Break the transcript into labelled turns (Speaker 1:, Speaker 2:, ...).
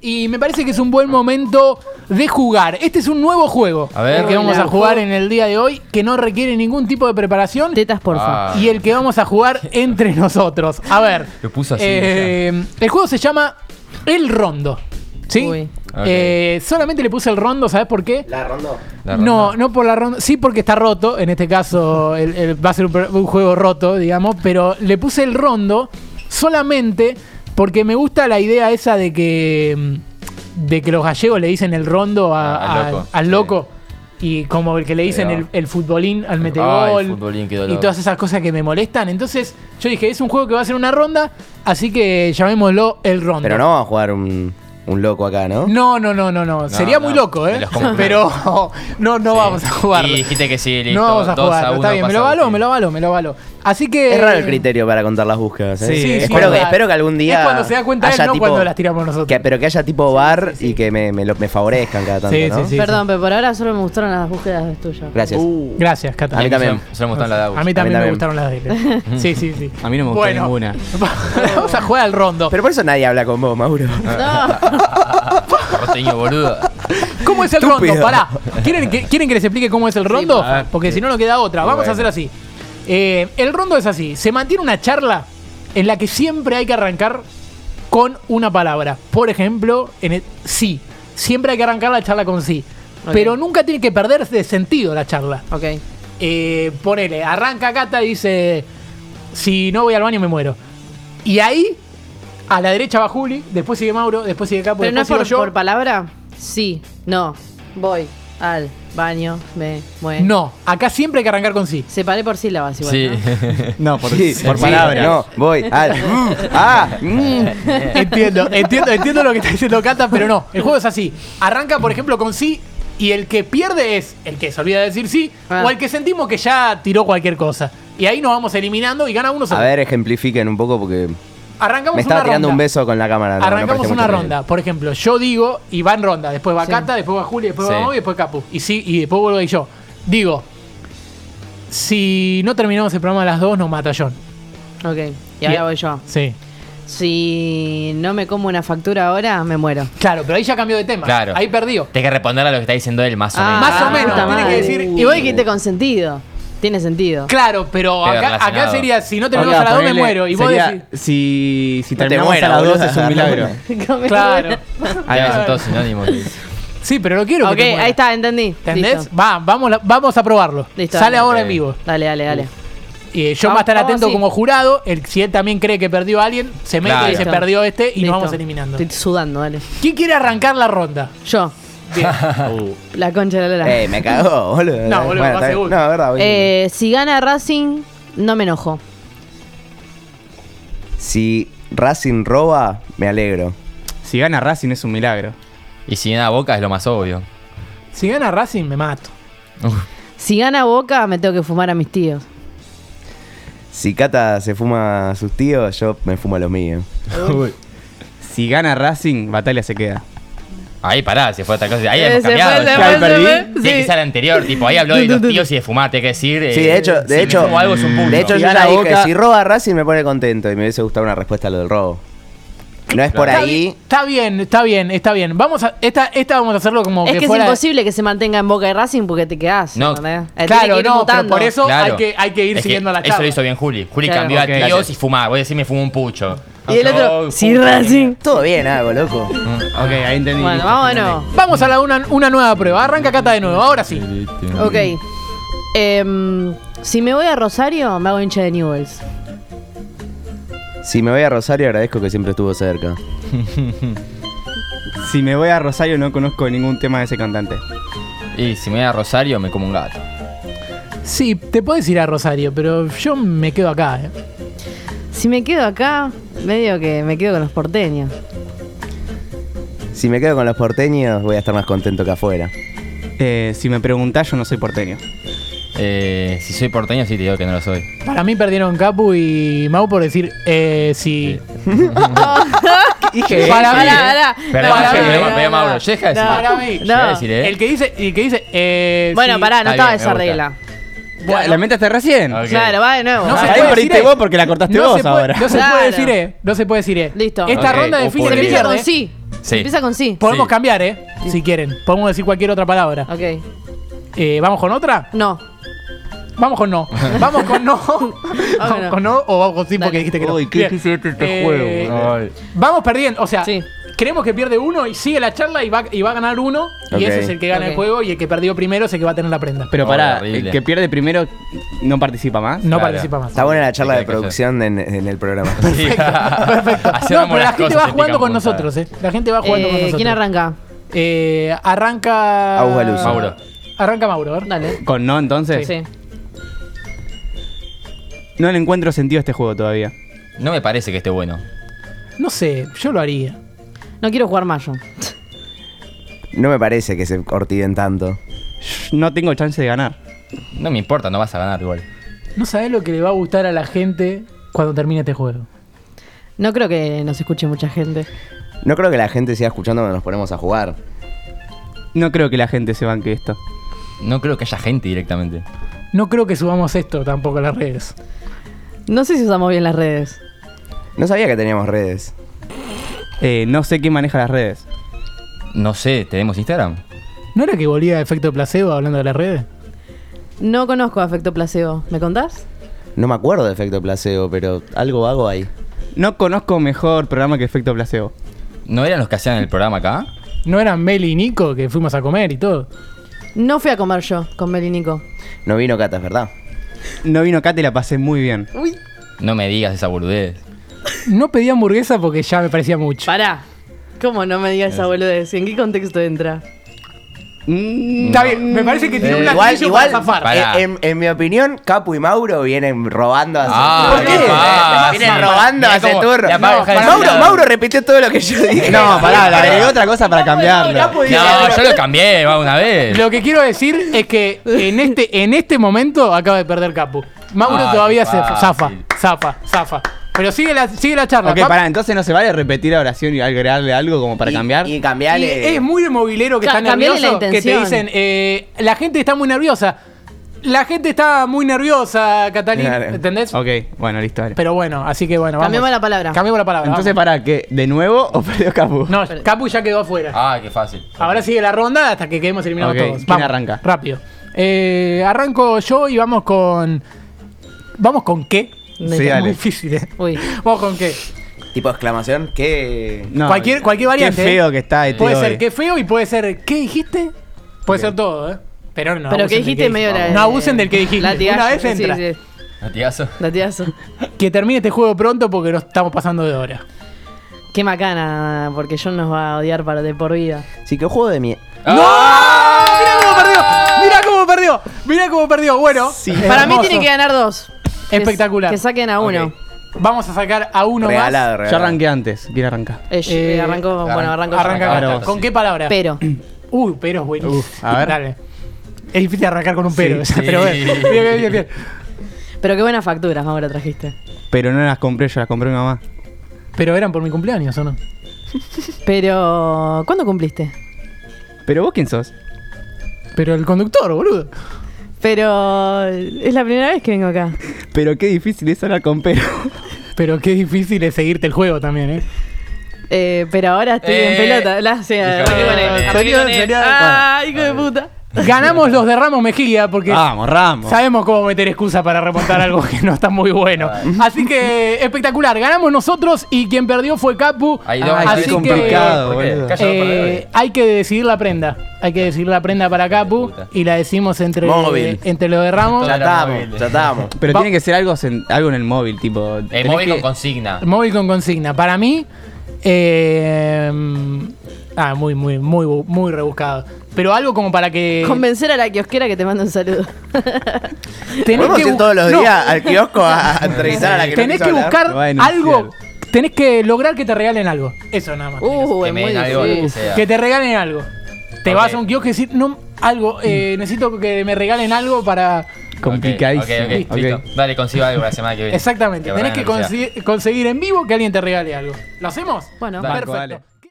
Speaker 1: Y me parece que es un buen momento de jugar. Este es un nuevo juego
Speaker 2: A ver.
Speaker 1: el que vamos
Speaker 2: Hola.
Speaker 1: a jugar en el día de hoy, que no requiere ningún tipo de preparación
Speaker 3: Tetas, porfa.
Speaker 2: Ah.
Speaker 1: y el que vamos a jugar entre nosotros. A ver,
Speaker 2: Lo puso así,
Speaker 1: eh, el juego se llama El Rondo. ¿Sí?
Speaker 3: Uy.
Speaker 2: Ok.
Speaker 1: Eh, solamente le puse el rondo, ¿sabes por qué?
Speaker 4: La rondó.
Speaker 2: La
Speaker 1: No,
Speaker 2: ronda.
Speaker 1: no por la ronda. Sí, porque está roto. En este caso el- el- va a ser un, pro- un juego roto, digamos. Pero le puse el rondo solamente porque me gusta la idea esa de que, mm, de que los gallegos le dicen el rondo a-
Speaker 2: Ah, al
Speaker 1: a-
Speaker 2: loco,
Speaker 1: al
Speaker 2: sí.
Speaker 1: loco. Y como el que le dicen
Speaker 2: va.
Speaker 1: el, el futbolín al
Speaker 2: Ay,
Speaker 1: metegol.
Speaker 2: futbolín, qué
Speaker 1: y
Speaker 2: dolor.
Speaker 1: todas esas cosas que me molestan. Entonces yo dije, es un juego que va a ser una ronda, así que llamémoslo el rondo.
Speaker 4: Pero no vamos a jugar un, un loco acá, ¿no?
Speaker 1: No, no, no, no, no. Sería
Speaker 2: no,
Speaker 1: muy loco,
Speaker 2: me
Speaker 1: ¿eh?
Speaker 2: los compro.
Speaker 1: Pero no, no vamos a jugarlo.
Speaker 2: Eh, Y dijiste que sí, listo.
Speaker 1: no vamos a
Speaker 2: dos
Speaker 1: jugarlo.
Speaker 2: uno
Speaker 1: Está bien, me lo
Speaker 2: pasa
Speaker 1: való,
Speaker 2: Agustín.
Speaker 1: me lo való, me lo való. Así que.
Speaker 4: Es raro el criterio para contar las búsquedas. ¿eh?
Speaker 1: eh. Sí, sí,
Speaker 4: espero,
Speaker 1: es
Speaker 4: que,
Speaker 1: verdad.
Speaker 4: espero que algún día.
Speaker 1: Es cuando se da cuenta él,
Speaker 4: haya
Speaker 1: no cuando las tiramos nosotros.
Speaker 4: que- pero que haya tipo bar y que me, me lo- me favorezcan cada tanto.
Speaker 1: Sí,
Speaker 4: ¿no?
Speaker 1: sí, Uh. sí.
Speaker 3: Perdón, pero por ahora solo me gustaron las búsquedas tuyas.
Speaker 4: Gracias.
Speaker 1: Gracias, Cata.
Speaker 4: A mí también.
Speaker 2: Se lo mostraron la de Agus.
Speaker 1: A mí también
Speaker 4: A
Speaker 1: me
Speaker 4: mí
Speaker 1: gustaron las de él. Sí, sí, sí.
Speaker 5: A mí no me gustó
Speaker 1: Bueno,
Speaker 5: ninguna.
Speaker 1: vamos a jugar al rondo.
Speaker 4: Pero por eso nadie habla con vos, Mauro.
Speaker 2: Roteño, boludo.
Speaker 1: ¿Cómo es el
Speaker 4: Estúpido.
Speaker 1: rondo? Pará. ¿Quieren que, ¿Quieren que les explique cómo es el rondo?
Speaker 2: por favor.
Speaker 1: Porque si no, no queda otra.
Speaker 2: Muy
Speaker 1: Vamos a
Speaker 2: bueno.
Speaker 1: hacer así. Eh, el rondo es así. Se mantiene una charla en la que siempre hay que arrancar con una palabra. Por ejemplo, en el- sí. Siempre hay que arrancar la charla con sí.
Speaker 3: Ok.
Speaker 1: Pero nunca tiene que perderse de sentido la charla.
Speaker 3: Ok.
Speaker 1: Eh, ponele, arranca Cata y dice, si no voy al baño me muero. Y ahí, a la derecha va Juli, después sigue Mauro, después sigue Capo,
Speaker 3: Pero no es
Speaker 1: después
Speaker 3: por,
Speaker 1: sigo yo.
Speaker 3: por palabra. Sí, no. Voy al baño, me muero.
Speaker 1: No, acá siempre hay que arrancar con sí.
Speaker 3: Separé por sílabas igual.
Speaker 2: Sí.
Speaker 3: ¿no?
Speaker 5: No, por,
Speaker 4: Sí,
Speaker 5: por
Speaker 4: sí,
Speaker 5: palabra.
Speaker 4: No, voy. al- mm, ah, mm.
Speaker 1: Entiendo, entiendo, entiendo lo que está diciendo Cata, pero no. El juego es así. Arranca, por ejemplo, con sí y el que pierde es el que se olvida de decir sí
Speaker 3: Ah.
Speaker 1: o el que sentimos que ya tiró cualquier cosa. Y ahí nos vamos eliminando y gana uno
Speaker 4: A
Speaker 1: solo.
Speaker 4: ver, ejemplifiquen un poco porque
Speaker 1: Arrancamos
Speaker 4: me estaba
Speaker 1: una
Speaker 4: tirando
Speaker 1: ronda.
Speaker 4: un beso con la cámara. no- no
Speaker 1: Arrancamos
Speaker 4: presté
Speaker 1: una
Speaker 4: mucha
Speaker 1: ronda. Por ejemplo, yo digo y va en ronda. Después va
Speaker 3: Sí.
Speaker 1: Cata, después va Juli, después va
Speaker 2: Sí.
Speaker 1: Mau y después Capu. Y sí, y después vuelvo y yo. Digo, si no terminamos el programa a las 2, nos mata John.
Speaker 3: Ok. Y ahora
Speaker 1: Y-
Speaker 3: voy yo.
Speaker 1: Sí.
Speaker 3: Si no me como una factura ahora, me muero.
Speaker 1: Claro, pero ahí ya cambió de tema.
Speaker 2: Claro.
Speaker 1: Ahí perdió.
Speaker 2: Tenés que responder a lo que está diciendo él, más o
Speaker 3: Ah,
Speaker 2: menos.
Speaker 1: Más o menos,
Speaker 3: puta
Speaker 1: tiene que
Speaker 3: madre.
Speaker 1: decir-
Speaker 3: Y vos dijiste con sentido. Tiene sentido.
Speaker 1: Claro, pero
Speaker 2: Pero
Speaker 1: acá,
Speaker 2: relacionado.
Speaker 1: acá sería, si no terminamos
Speaker 5: Oiga,
Speaker 1: a las 2, me
Speaker 5: ponele,
Speaker 1: muero. Y vos
Speaker 5: sería,
Speaker 1: decís.
Speaker 5: Si, si
Speaker 4: No te
Speaker 5: terminamos
Speaker 4: mueras,
Speaker 5: a las 12
Speaker 4: boludo.
Speaker 5: es un milagro.
Speaker 3: Come
Speaker 1: Claro.
Speaker 3: una.
Speaker 2: Ahí
Speaker 1: Claro.
Speaker 2: son todos sinónimos.
Speaker 1: Sí, pero no quiero que
Speaker 3: Ok,
Speaker 1: te mueras.
Speaker 3: ahí está, entendí.
Speaker 1: ¿Entendés?
Speaker 3: Listo.
Speaker 1: Va, vamos, la- vamos a probarlo.
Speaker 3: Listo,
Speaker 1: Sale
Speaker 3: dale.
Speaker 1: ahora
Speaker 2: Ok.
Speaker 1: en vivo.
Speaker 3: Dale, dale, dale.
Speaker 1: Y eh, yo va a estar
Speaker 3: Vamos
Speaker 1: atento
Speaker 3: así.
Speaker 1: como jurado. El, si él también cree que perdió a alguien, se mete
Speaker 2: Claro.
Speaker 1: y se
Speaker 3: Listo.
Speaker 1: perdió este y
Speaker 3: Listo.
Speaker 1: nos vamos eliminando.
Speaker 3: Estoy sudando, dale.
Speaker 1: ¿Quién quiere arrancar la ronda?
Speaker 3: Yo,
Speaker 1: Bien.
Speaker 2: Uh.
Speaker 3: la concha de la lora.
Speaker 4: Eh, me cagó, boludo.
Speaker 1: No, boludo, más
Speaker 4: está bien.
Speaker 1: seguro.
Speaker 4: No, es verdad, voy.
Speaker 3: Eh, si gana Racing, no me enojo.
Speaker 4: Si Racing roba, me alegro.
Speaker 5: Si gana Racing es un milagro.
Speaker 2: Y si nada boca es lo más obvio.
Speaker 1: Si gana Racing, me mato.
Speaker 3: Si gana Boca, me tengo que fumar a mis tíos.
Speaker 4: Si Cata se fuma a sus tíos, yo me fumo a los míos.
Speaker 5: Si gana Racing, Batalla se queda.
Speaker 2: Ahí pará, se fue otra cosa. Ahí
Speaker 3: Eh,
Speaker 2: hemos
Speaker 3: se fue,
Speaker 2: cambiado.
Speaker 3: se
Speaker 2: ya.
Speaker 5: fue, se
Speaker 2: Tiene
Speaker 3: fue,
Speaker 2: que
Speaker 3: sí.
Speaker 2: ser el anterior, tipo, ahí habló de los tíos y de fumate, que decir. eh,
Speaker 4: Sí, de hecho,
Speaker 2: si
Speaker 4: de
Speaker 2: me
Speaker 4: hecho,
Speaker 2: fumo algo es un punto.
Speaker 4: de hecho yo
Speaker 5: Gana
Speaker 4: ya dije,
Speaker 5: Boca.
Speaker 4: si roba Racing me pone contento y me hubiese gustado una respuesta a lo del robo. No es por
Speaker 1: Está
Speaker 2: Claro.
Speaker 1: bien,
Speaker 4: ahí.
Speaker 1: Está bien, está bien, está bien. Vamos a. Esta, esta vamos a hacerlo como
Speaker 3: es que
Speaker 1: fuera.
Speaker 3: es imposible que se mantenga en Boca y Racing porque te quedás.
Speaker 2: No.
Speaker 3: ¿entendés? Eh, tiene que
Speaker 1: Claro,
Speaker 3: ir
Speaker 1: no, pero
Speaker 3: mutando.
Speaker 1: por eso
Speaker 2: Claro.
Speaker 1: hay, que, hay que ir
Speaker 2: Es que
Speaker 1: siguiendo la
Speaker 2: Eso
Speaker 1: charla.
Speaker 2: lo hizo bien Juli. Juli
Speaker 3: Claro.
Speaker 2: cambió
Speaker 5: Ok,
Speaker 2: a tíos
Speaker 5: gracias.
Speaker 2: y fumaba. Voy a decir, me fumo un pucho.
Speaker 3: Y el otro,
Speaker 2: Oh,
Speaker 3: si
Speaker 2: pucho.
Speaker 3: Racing.
Speaker 4: Todo bien, algo, loco.
Speaker 5: Ok, ahí entendí.
Speaker 3: Bueno, vámonos.
Speaker 1: Vamos a la una, una nueva prueba. Arranca Cata de nuevo, ahora sí.
Speaker 3: Ok. Em, si me voy a Rosario, me hago hincha de Newells.
Speaker 4: Si me voy a Rosario, agradezco que siempre estuvo cerca.
Speaker 5: Si me voy a Rosario, no conozco ningún tema de ese cantante.
Speaker 2: Y si me da Rosario, me como un gato.
Speaker 1: Sí, te puedes ir a Rosario, pero yo me quedo acá. eh.
Speaker 3: Si me quedo acá, medio que me quedo con los porteños.
Speaker 2: Eh,
Speaker 4: Si me quedo con los porteños, voy a estar más contento que afuera.
Speaker 5: Eh, si me preguntás, yo no soy porteño.
Speaker 2: Eh, si soy porteño, sí te digo que no lo soy.
Speaker 1: Para mí perdieron Capu y Mau por decir eh, si.
Speaker 3: Dije,
Speaker 1: Para mí,
Speaker 5: eh,
Speaker 2: Pero
Speaker 1: para mí,
Speaker 2: pero veo a Mauro. Yo deja de decir.
Speaker 1: Para mí.
Speaker 2: Yo voy a decir, eh.
Speaker 1: El que dice, el que dice eh,
Speaker 3: Ah, Bueno,
Speaker 1: si-
Speaker 3: pará, no
Speaker 2: Está
Speaker 3: estaba
Speaker 2: bien, me
Speaker 3: esa
Speaker 2: gusta.
Speaker 3: regla.
Speaker 5: Bueno. eh, ¿La metaste recién?
Speaker 2: Ok.
Speaker 3: Claro, va de nuevo.
Speaker 1: No
Speaker 5: Ah,
Speaker 1: se
Speaker 5: ahí
Speaker 1: puede
Speaker 5: perdiste
Speaker 1: decir, eh.
Speaker 5: vos porque la cortaste
Speaker 1: no
Speaker 5: vos
Speaker 1: se puede-
Speaker 5: ahora.
Speaker 1: No se
Speaker 3: Claro.
Speaker 1: puede decir E. No se puede decir E.
Speaker 3: Listo.
Speaker 1: Esta
Speaker 2: Ok,
Speaker 1: ronda
Speaker 2: o
Speaker 1: define
Speaker 2: por
Speaker 1: que
Speaker 2: E.
Speaker 3: Empieza
Speaker 1: pierde.
Speaker 3: con sí.
Speaker 2: Sí.
Speaker 3: Empieza con sí.
Speaker 1: Podemos
Speaker 2: Sí.
Speaker 1: cambiar, ¿eh? Si quieren. Podemos decir cualquier otra palabra.
Speaker 3: Ok.
Speaker 1: Eh, ¿Vamos con otra?
Speaker 3: No.
Speaker 1: Vamos con no. Vamos con no. vamos
Speaker 3: no.
Speaker 1: con no o vamos con sí porque
Speaker 3: Dale.
Speaker 1: dijiste que no.
Speaker 5: Uy, qué
Speaker 1: Bien.
Speaker 5: difícil este
Speaker 1: Eh,
Speaker 5: juego.
Speaker 2: Ay.
Speaker 1: Vamos perdiendo. O sea,
Speaker 3: Sí.
Speaker 1: creemos que pierde uno y sigue la charla y va, y va a ganar uno.
Speaker 4: Ok.
Speaker 1: Y ese es el que gana
Speaker 3: Ok.
Speaker 1: el juego y el que perdió primero es el que va a tener la prenda.
Speaker 5: Pero
Speaker 2: Oh,
Speaker 5: pará,
Speaker 2: horrible.
Speaker 5: el que pierde primero no participa más.
Speaker 1: No
Speaker 2: Claro.
Speaker 1: participa más.
Speaker 4: Está buena la charla
Speaker 2: ¿Qué
Speaker 4: de
Speaker 2: tiene que hacer?
Speaker 4: producción en, en el programa.
Speaker 1: Perfecto.
Speaker 2: Hacemos
Speaker 1: No, pero la
Speaker 2: las
Speaker 1: gente
Speaker 2: cosas
Speaker 1: va
Speaker 2: que
Speaker 1: jugando
Speaker 2: pican
Speaker 1: con
Speaker 2: punta.
Speaker 1: nosotros, ¿eh? La gente va jugando
Speaker 3: Eh,
Speaker 1: con nosotros.
Speaker 3: ¿Quién arranca?
Speaker 1: Eh, arranca.
Speaker 4: Agus Galuzzi.
Speaker 2: Mauro.
Speaker 1: Arranca Mauro, a ver.
Speaker 3: Dale.
Speaker 5: ¿Con no entonces?
Speaker 3: Sí.
Speaker 5: No le encuentro sentido a este juego todavía.
Speaker 2: No me parece que esté bueno.
Speaker 1: No sé, yo lo haría.
Speaker 3: No quiero jugar más yo.
Speaker 4: No me parece que se cortiven tanto.
Speaker 5: Shh, No tengo chance de ganar.
Speaker 2: No me importa, no vas a ganar igual.
Speaker 1: No sabés lo que le va a gustar a la gente cuando termine este juego.
Speaker 3: No creo que nos escuche mucha gente.
Speaker 4: No creo que la gente siga escuchando cuando nos ponemos a jugar.
Speaker 5: No creo que la gente se banque esto.
Speaker 2: No creo que haya gente directamente.
Speaker 1: No creo que subamos esto tampoco a las redes.
Speaker 3: No sé si usamos bien las redes.
Speaker 4: No sabía que teníamos redes.
Speaker 5: Eh, no sé quién maneja las redes.
Speaker 2: No sé, ¿tenemos Instagram?
Speaker 1: ¿No era que volvía efecto placebo hablando de las redes?
Speaker 3: No conozco afecto placebo. ¿Me contás?
Speaker 4: No me acuerdo de efecto placebo, pero algo hago ahí.
Speaker 5: No conozco mejor programa que Efecto Placebo.
Speaker 2: ¿No eran los que hacían el programa acá?
Speaker 1: ¿No eran Meli y Nico que fuimos a comer y todo?
Speaker 3: No fui a comer yo con Meli y Nico.
Speaker 4: No vino Catas, ¿verdad?
Speaker 5: No vino Kate y la pasé muy bien.
Speaker 3: Uy.
Speaker 2: No me digas esa boludez.
Speaker 1: No pedí hamburguesa porque ya me parecía mucho.
Speaker 3: Pará. ¿Cómo no me digas esa boludez? ¿En qué contexto entra?
Speaker 5: Mm,
Speaker 1: Está bien, me parece que tiene
Speaker 2: Eh,
Speaker 1: un
Speaker 2: igual-
Speaker 1: igual, para zafar.
Speaker 2: Pará.
Speaker 4: eh, en, en mi opinión, Capu y Mauro vienen robando hace
Speaker 2: Ah,
Speaker 1: ¿por
Speaker 4: turno.
Speaker 1: qué?
Speaker 4: Eh,
Speaker 1: fácil.
Speaker 4: Vienen robando
Speaker 2: Mirá
Speaker 4: hace
Speaker 2: cómo-
Speaker 4: turno.
Speaker 2: la paga
Speaker 4: No,
Speaker 2: dejar de
Speaker 4: Mauro,
Speaker 2: lado.
Speaker 4: Mauro repitió todo lo que yo dije.
Speaker 5: No, pará, le agregué otra cosa para
Speaker 4: Capu
Speaker 5: cambiarlo.
Speaker 4: dice-
Speaker 2: No, yo lo cambié va, una vez.
Speaker 1: Lo que quiero decir es que en este, en este momento acaba de perder Capu. Mauro
Speaker 2: Ay,
Speaker 1: todavía se
Speaker 2: fácil.
Speaker 1: zafa, zafa, zafa. Pero sigue la, sigue la charla.
Speaker 5: Ok,
Speaker 1: Capu.
Speaker 5: pará, entonces no se vale repetir la oración y agregarle algo como para
Speaker 4: Y-
Speaker 5: cambiar.
Speaker 4: Y
Speaker 1: Y
Speaker 4: cambiarle.
Speaker 1: es muy de movilero que
Speaker 3: Ca-
Speaker 1: está
Speaker 3: cambiale la
Speaker 1: nervioso que te
Speaker 3: intención.
Speaker 1: dicen eh, la gente está muy nerviosa. La gente está muy nerviosa, Catalina,
Speaker 4: Claro.
Speaker 1: ¿entendés?
Speaker 5: Ok, bueno, listo. dale.
Speaker 1: Pero bueno, así que bueno, vamos.
Speaker 3: Cambiemos la palabra.
Speaker 1: Cambiemos la palabra.
Speaker 5: Entonces,
Speaker 1: vamos.
Speaker 5: pará, ¿qué? ¿De nuevo o perdió Capu?
Speaker 1: No, Capu ya quedó afuera.
Speaker 2: Ah, qué fácil.
Speaker 1: Ahora sigue la ronda hasta que quedemos eliminados
Speaker 5: Ok,
Speaker 1: todos.
Speaker 5: ¿quién arranca?
Speaker 1: Rápido. Eh, arranco yo y vamos con. ¿Vamos con qué?
Speaker 5: Sí,
Speaker 1: Es muy
Speaker 5: dale.
Speaker 1: difícil, eh.
Speaker 3: Uy.
Speaker 1: ¿Vamos con qué?
Speaker 4: Tipo exclamación, que.
Speaker 5: No,
Speaker 1: cualquier- cualquier variante, ¿eh?
Speaker 5: Qué feo que está. este
Speaker 1: Puede
Speaker 5: hoy.
Speaker 1: ser qué feo y puede ser qué dijiste. Puede ser todo, ¿eh? Pero no.
Speaker 3: Pero
Speaker 1: abusen
Speaker 3: que
Speaker 1: del
Speaker 3: dijiste medio la.
Speaker 1: No abusen del que dijiste.
Speaker 3: Latigazo.
Speaker 1: Una vez
Speaker 3: Sí,
Speaker 1: entra.
Speaker 3: sí,
Speaker 2: Latigazo.
Speaker 3: Latigazo.
Speaker 1: Que termine este juego pronto porque nos estamos pasando de hora.
Speaker 3: Qué macana, porque John nos va a odiar para de por vida.
Speaker 4: Sí, que juego de mierda.
Speaker 1: ¡No! ¡Mirá
Speaker 5: Ah.
Speaker 1: cómo perdió! ¡Mirá cómo perdió! ¡Mirá cómo perdió! Bueno, eh,
Speaker 3: Para mí
Speaker 1: hermoso.
Speaker 3: tienen que ganar dos. Que s-
Speaker 1: Espectacular.
Speaker 3: Que, saquen a uno.
Speaker 2: Ok.
Speaker 1: Vamos a sacar a uno
Speaker 4: Regalado,
Speaker 5: Yo
Speaker 4: regalado.
Speaker 5: arranqué antes. Bien arranca.
Speaker 3: Eh, yo-
Speaker 1: Eh,
Speaker 3: eh, arranco, bueno, arranco yo.
Speaker 1: más. Arranca
Speaker 2: Arranca
Speaker 1: Gata.
Speaker 2: vos,
Speaker 1: ¿Con
Speaker 2: sí.
Speaker 1: qué palabra?
Speaker 3: Pero,
Speaker 1: Uy, pero es buenísimo.
Speaker 5: Uf, a ver.
Speaker 1: Dale. Es difícil arrancar con un pero.
Speaker 2: Sí,
Speaker 1: pero
Speaker 2: sí.
Speaker 1: bueno. Bien, bien, bien, bien.
Speaker 3: pero qué buenas facturas, Mauro, trajiste.
Speaker 5: Pero no las compré yo, las compré mi mamá.
Speaker 1: Pero eran por mi cumpleaños, ¿o no?
Speaker 3: Pero, ¿cuándo cumpliste?
Speaker 5: Pero vos quién sos?
Speaker 1: Pero el conductor, boludo.
Speaker 3: Pero, es la primera vez que vengo acá.
Speaker 5: Pero qué difícil es hablar con pero.
Speaker 1: Pero qué difícil es seguirte el juego también, ¿eh?
Speaker 3: Eh, pero ahora estoy en
Speaker 2: Eh.
Speaker 3: pelota. La, sí,
Speaker 2: Hija
Speaker 3: arranqué
Speaker 2: de-
Speaker 3: con él,
Speaker 2: Eh.
Speaker 3: arranqué con él.
Speaker 5: Sería-
Speaker 3: Ah, hijo de puta.
Speaker 1: Ganamos los de Ramos Mejía porque
Speaker 5: Vamos, Ramos.
Speaker 1: sabemos cómo meter excusa para remontar algo que no está muy bueno. Así que espectacular. Ganamos nosotros y quien perdió fue Capu.
Speaker 2: Ahí
Speaker 5: Ay,
Speaker 1: Ah, así
Speaker 5: qué
Speaker 1: que-
Speaker 5: complicado,
Speaker 2: ¿Por qué?
Speaker 5: boludo.
Speaker 2: Calla, no perdés,
Speaker 1: Eh,
Speaker 2: boludo.
Speaker 1: hay que decidir la prenda. Hay que decidir la prenda para Capu
Speaker 2: puta.
Speaker 1: y la decimos entre,
Speaker 4: Móvil.
Speaker 1: entre lo de Ramos.
Speaker 4: Ya
Speaker 2: Toda la
Speaker 4: estábamos,
Speaker 2: móvil.
Speaker 4: ya estábamos.
Speaker 5: Pero
Speaker 1: Va-
Speaker 5: tiene que ser algo, sen- algo en el móvil, tipo.
Speaker 2: El
Speaker 5: tenés
Speaker 2: móvil
Speaker 5: que-
Speaker 2: con consigna.
Speaker 1: Móvil con consigna. Para mí. eh, ah, muy, muy, muy, bu- muy rebuscado. Pero algo como para que.
Speaker 3: Convencer a la kiosquera que te manda un saludo.
Speaker 1: tenés
Speaker 4: Podemos
Speaker 1: que
Speaker 4: ir
Speaker 1: bu-
Speaker 4: todos los
Speaker 1: no,
Speaker 4: días al kiosco a, a entrevistar a la que no
Speaker 1: Tenés
Speaker 4: quiso
Speaker 1: que
Speaker 4: hablar.
Speaker 1: buscar
Speaker 5: Lo va a denunciar.
Speaker 1: algo. Tenés que lograr que te regalen algo. Eso nada más.
Speaker 3: Uh,
Speaker 2: Que
Speaker 3: es
Speaker 2: me
Speaker 3: muy
Speaker 2: den algo, lo que
Speaker 3: difícil.
Speaker 2: sea.
Speaker 1: Que te regalen algo. Te
Speaker 2: Ok. Mm.
Speaker 1: vas a un kiosco y decís, no, algo, eh, necesito que me regalen algo para.
Speaker 5: Complicadísimo.
Speaker 2: Ok, ok, ok,
Speaker 5: Ok.
Speaker 2: listo. Dale, consiga algo la semana que viene.
Speaker 1: Exactamente.
Speaker 2: Que
Speaker 1: Tenés
Speaker 2: Brian
Speaker 1: que
Speaker 2: lo sea.
Speaker 1: conseguir, conseguir en vivo que alguien te regale algo. ¿Lo hacemos?
Speaker 3: Bueno.
Speaker 5: Dale,
Speaker 1: perfecto.
Speaker 5: dale.